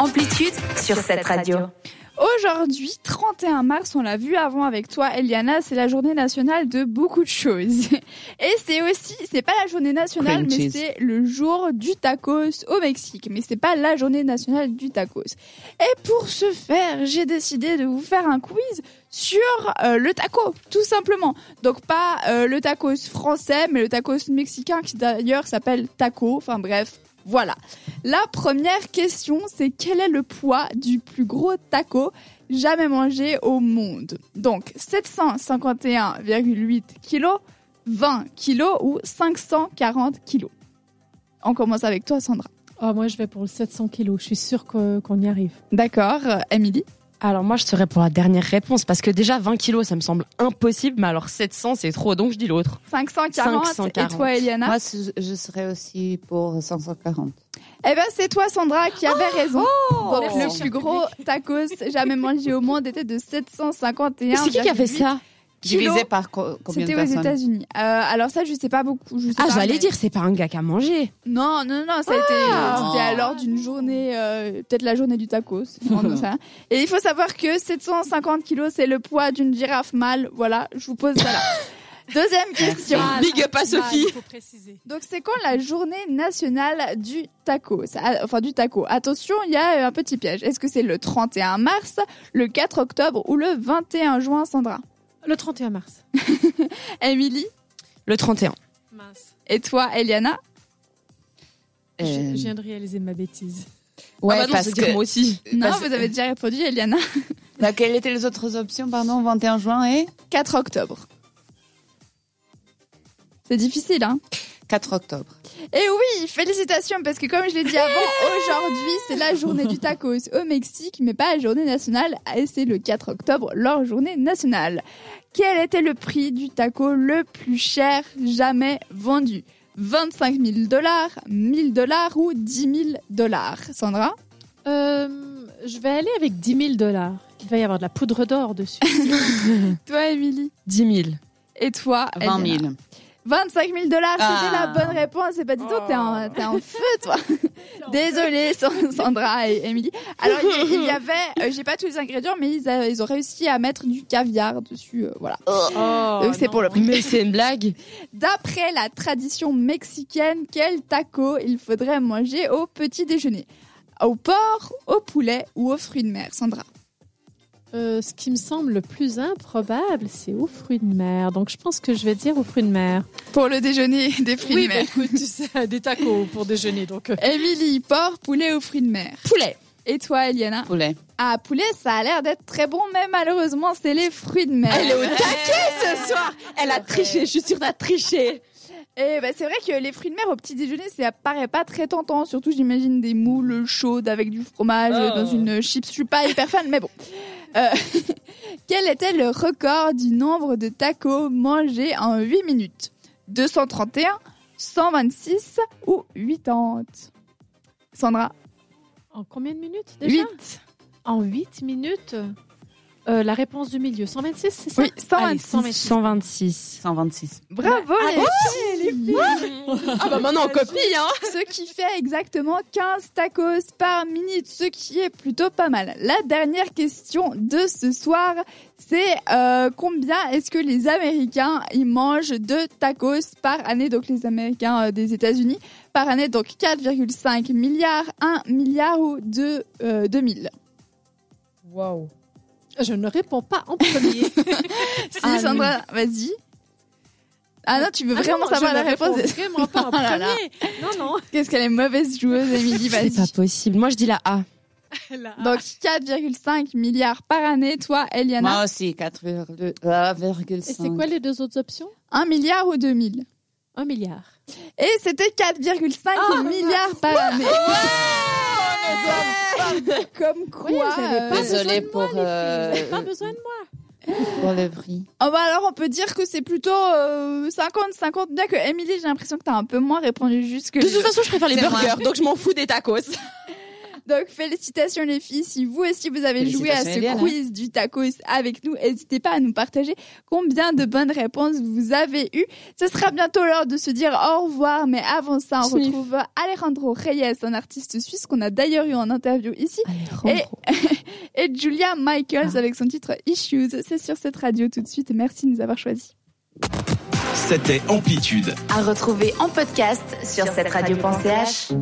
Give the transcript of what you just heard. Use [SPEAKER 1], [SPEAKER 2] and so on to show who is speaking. [SPEAKER 1] Amplitude sur cette radio.
[SPEAKER 2] Aujourd'hui, 31 mars, on l'a vu avant avec toi, Eliana, c'est la journée nationale de beaucoup de choses. Et c'est aussi, c'est pas la journée nationale,
[SPEAKER 3] Cream
[SPEAKER 2] mais
[SPEAKER 3] cheese.
[SPEAKER 2] c'est le jour du tacos au Mexique. Mais c'est pas la journée nationale du tacos. Et pour ce faire, j'ai décidé de vous faire un quiz sur euh, le taco, tout simplement. Donc pas euh, le tacos français, mais le tacos mexicain qui d'ailleurs s'appelle taco. Enfin bref, voilà. La première question, c'est quel est le poids du plus gros taco jamais mangé au monde Donc 751,8 kg, 20 kg ou 540 kg On commence avec toi, Sandra.
[SPEAKER 4] Oh, moi, je vais pour le 700 kilos. Je suis sûre que- qu'on y arrive.
[SPEAKER 2] D'accord, euh, Émilie
[SPEAKER 3] Alors moi, je serais pour la dernière réponse parce que déjà 20 kilos, ça me semble impossible, mais alors 700, c'est trop, donc je dis l'autre.
[SPEAKER 2] 540, et
[SPEAKER 3] 540.
[SPEAKER 2] toi, Eliana
[SPEAKER 4] Ah.
[SPEAKER 5] Moi, ce- je serais aussi pour 540.
[SPEAKER 2] Eh ben, c'est toi, Sandra, qui avait raison. Donc,
[SPEAKER 3] Oh! merci,
[SPEAKER 2] le plus gros tacos jamais mangé au monde était de 751.
[SPEAKER 3] C'est qui qui a fait ça
[SPEAKER 2] kilos.
[SPEAKER 5] Divisé par co- combien de
[SPEAKER 2] C'était aux
[SPEAKER 5] personnes
[SPEAKER 2] États-Unis. Euh, alors ça, je sais pas beaucoup. Je sais
[SPEAKER 3] Ah,
[SPEAKER 2] pas,
[SPEAKER 3] j'allais
[SPEAKER 2] mais-
[SPEAKER 3] dire, c'est pas un gars qui a mangé.
[SPEAKER 2] Non, non, non, ça a été.
[SPEAKER 3] Ah.
[SPEAKER 2] euh, C'était alors d'une journée, euh, peut-être la journée du tacos. rendons ça. Et il faut savoir que 750 kilos, c'est le poids d'une girafe mâle. Voilà, je vous pose ça là. Deuxième question.
[SPEAKER 3] Big up à Sophie.
[SPEAKER 4] faut préciser.
[SPEAKER 2] Donc c'est quand la journée nationale du taco Ça- ah, Enfin du taco. Attention, il y a euh, un petit piège. Est-ce que c'est le 31 mars, le 4 octobre ou le 21 juin, Sandra
[SPEAKER 4] Le 31 mars.
[SPEAKER 2] Émilie
[SPEAKER 3] Le 31.
[SPEAKER 4] Mince.
[SPEAKER 2] et toi, Eliana
[SPEAKER 4] Je,
[SPEAKER 5] Euh,
[SPEAKER 4] je viens de réaliser ma bêtise.
[SPEAKER 5] Ouais,
[SPEAKER 3] ah bah non,
[SPEAKER 5] parce
[SPEAKER 3] c'est
[SPEAKER 5] que.
[SPEAKER 3] dire moi aussi.
[SPEAKER 2] Non,
[SPEAKER 5] parce-
[SPEAKER 2] vous avez déjà répondu, Eliana.
[SPEAKER 5] Bah, quelles étaient les autres options, pardon 21 juin et
[SPEAKER 2] 4 octobre. C'est difficile, hein
[SPEAKER 5] 4 octobre.
[SPEAKER 2] Et oui, félicitations, parce que comme je l'ai dit avant, aujourd'hui, c'est la journée du tacos au Mexique, mais pas la journée nationale, et c'est le 4 octobre, leur journée nationale. Quel était le prix du taco le plus cher jamais vendu 25 000 dollars, 1000 dollars ou 10 000 dollars Sandra
[SPEAKER 4] Euh, je vais aller avec 10 000 dollars. Il va y avoir de la poudre d'or dessus.
[SPEAKER 2] Toi, Émilie
[SPEAKER 3] 10 000.
[SPEAKER 2] Et toi
[SPEAKER 5] 20
[SPEAKER 2] Eliana
[SPEAKER 5] 000.
[SPEAKER 2] 25 000 dollars, c'était la
[SPEAKER 5] Ah.
[SPEAKER 2] bonne réponse. Et pas du tout, t'es en, t'es en feu, toi. Désolée, San- Sandra et Emily. Alors, il y a- il y, avait, euh, j'ai pas tous les ingrédients, mais ils, a- ils ont réussi à mettre du caviar dessus. euh, voilà. Donc, c'est pour le prix.
[SPEAKER 3] Mais c'est une blague.
[SPEAKER 2] D'après la tradition mexicaine, quel taco il faudrait manger au petit déjeuner Au porc, au poulet ou aux fruits de mer, Sandra
[SPEAKER 4] Euh, ce qui me semble le plus improbable, c'est aux fruits de mer. Donc, je pense que je vais dire aux fruits de mer.
[SPEAKER 2] Pour le déjeuner des fruits de mer.
[SPEAKER 4] bah, écoute, tu sais, des tacos pour déjeuner. Donc, euh.
[SPEAKER 2] Emily, porc, poulet aux fruits de mer.
[SPEAKER 3] Poulet.
[SPEAKER 2] Et toi, Eliana
[SPEAKER 5] Poulet.
[SPEAKER 2] Ah, poulet, ça a l'air d'être très bon, mais malheureusement, c'est les fruits de mer.
[SPEAKER 3] Elle est au taquet ce soir. Elle a triché, je suis sûre d'avoir triché.
[SPEAKER 2] Et ben, c'est vrai que les fruits de mer au petit déjeuner, ça paraît pas très tentant. Surtout, j'imagine des moules chaudes avec du fromage
[SPEAKER 3] Oh.
[SPEAKER 2] euh, dans une chips. Je suis pas hyper fan, mais bon. Euh, quel était le record du nombre de tacos mangés en 8 minutes 231, 126 ou 80 Sandra,
[SPEAKER 4] en combien de minutes déjà
[SPEAKER 2] 8.
[SPEAKER 4] En 8 minutes Euh, La réponse du milieu, 126, c'est ça
[SPEAKER 2] Oui, 126.
[SPEAKER 3] Ah,
[SPEAKER 4] Allez, 126.
[SPEAKER 3] 126.
[SPEAKER 5] 126.
[SPEAKER 2] Bravo les
[SPEAKER 3] Ah bah maintenant on copie, hein.
[SPEAKER 2] ce qui fait exactement 15 tacos par minute, ce qui est plutôt pas mal. La dernière question de ce soir, c'est euh, combien est-ce que les Américains ils mangent de tacos par année, donc les Américains euh, des États-Unis par année, donc 4,5 milliards, 1 milliard ou euh, 2 2000.
[SPEAKER 4] Waouh Je ne réponds pas en premier.
[SPEAKER 2] Si
[SPEAKER 4] Ah,
[SPEAKER 2] Sandra, vas-y. Ah non, tu veux vraiment
[SPEAKER 4] Ah non,
[SPEAKER 2] savoir
[SPEAKER 4] je
[SPEAKER 2] la
[SPEAKER 4] ne
[SPEAKER 2] réponse
[SPEAKER 4] réponds Vraiment pas en
[SPEAKER 2] Oh là là.
[SPEAKER 4] premier. Non, non.
[SPEAKER 2] Qu'est-ce qu'elle est mauvaise joueuse, Émilie, vas-y.
[SPEAKER 3] C'est pas possible. Moi je dis la A.
[SPEAKER 4] Là.
[SPEAKER 2] Donc 4,5 milliards par année, toi, Eliana.
[SPEAKER 5] Moi aussi, 4,5.
[SPEAKER 4] Et c'est quoi les deux autres options
[SPEAKER 2] 1 milliard ou 2000
[SPEAKER 4] Un milliard.
[SPEAKER 2] Et c'était 4,5
[SPEAKER 4] Ah,
[SPEAKER 2] milliards par année.
[SPEAKER 4] Oh,
[SPEAKER 2] Comme quoi.
[SPEAKER 4] Oui, vous avez pas
[SPEAKER 2] euh,
[SPEAKER 4] besoin de moi, les
[SPEAKER 5] Désolée pour,
[SPEAKER 4] filles. Vous avez
[SPEAKER 5] euh,
[SPEAKER 4] pas besoin de moi.
[SPEAKER 5] Pour le prix.
[SPEAKER 2] oh, bah alors on peut dire que c'est plutôt euh, 50-50. Bien que Emily, j'ai l'impression que t'as un peu moins répondu juste que.
[SPEAKER 3] De
[SPEAKER 2] les
[SPEAKER 3] toute façon, je préfère les
[SPEAKER 5] C'est moi.
[SPEAKER 3] burgers, donc je m'en fous des tacos.
[SPEAKER 2] autres. Donc félicitations les filles. Si vous aussi vous avez joué à
[SPEAKER 5] Félicitations,
[SPEAKER 2] ce
[SPEAKER 5] Eliane, hein.
[SPEAKER 2] quiz du tacos avec nous, n'hésitez pas à nous partager combien de bonnes réponses vous avez eues. Ce sera bientôt l'heure de se dire au revoir, mais avant ça, on
[SPEAKER 4] Sniff.
[SPEAKER 2] retrouve Alejandro Reyes, un artiste suisse qu'on a d'ailleurs eu en interview ici,
[SPEAKER 4] Allez,
[SPEAKER 2] et Julia Michaels avec son titre Issues. C'est sur cette radio tout de suite. Merci de nous avoir choisis.
[SPEAKER 6] C'était Amplitude.
[SPEAKER 1] À retrouver en podcast sur, cette radio.ch.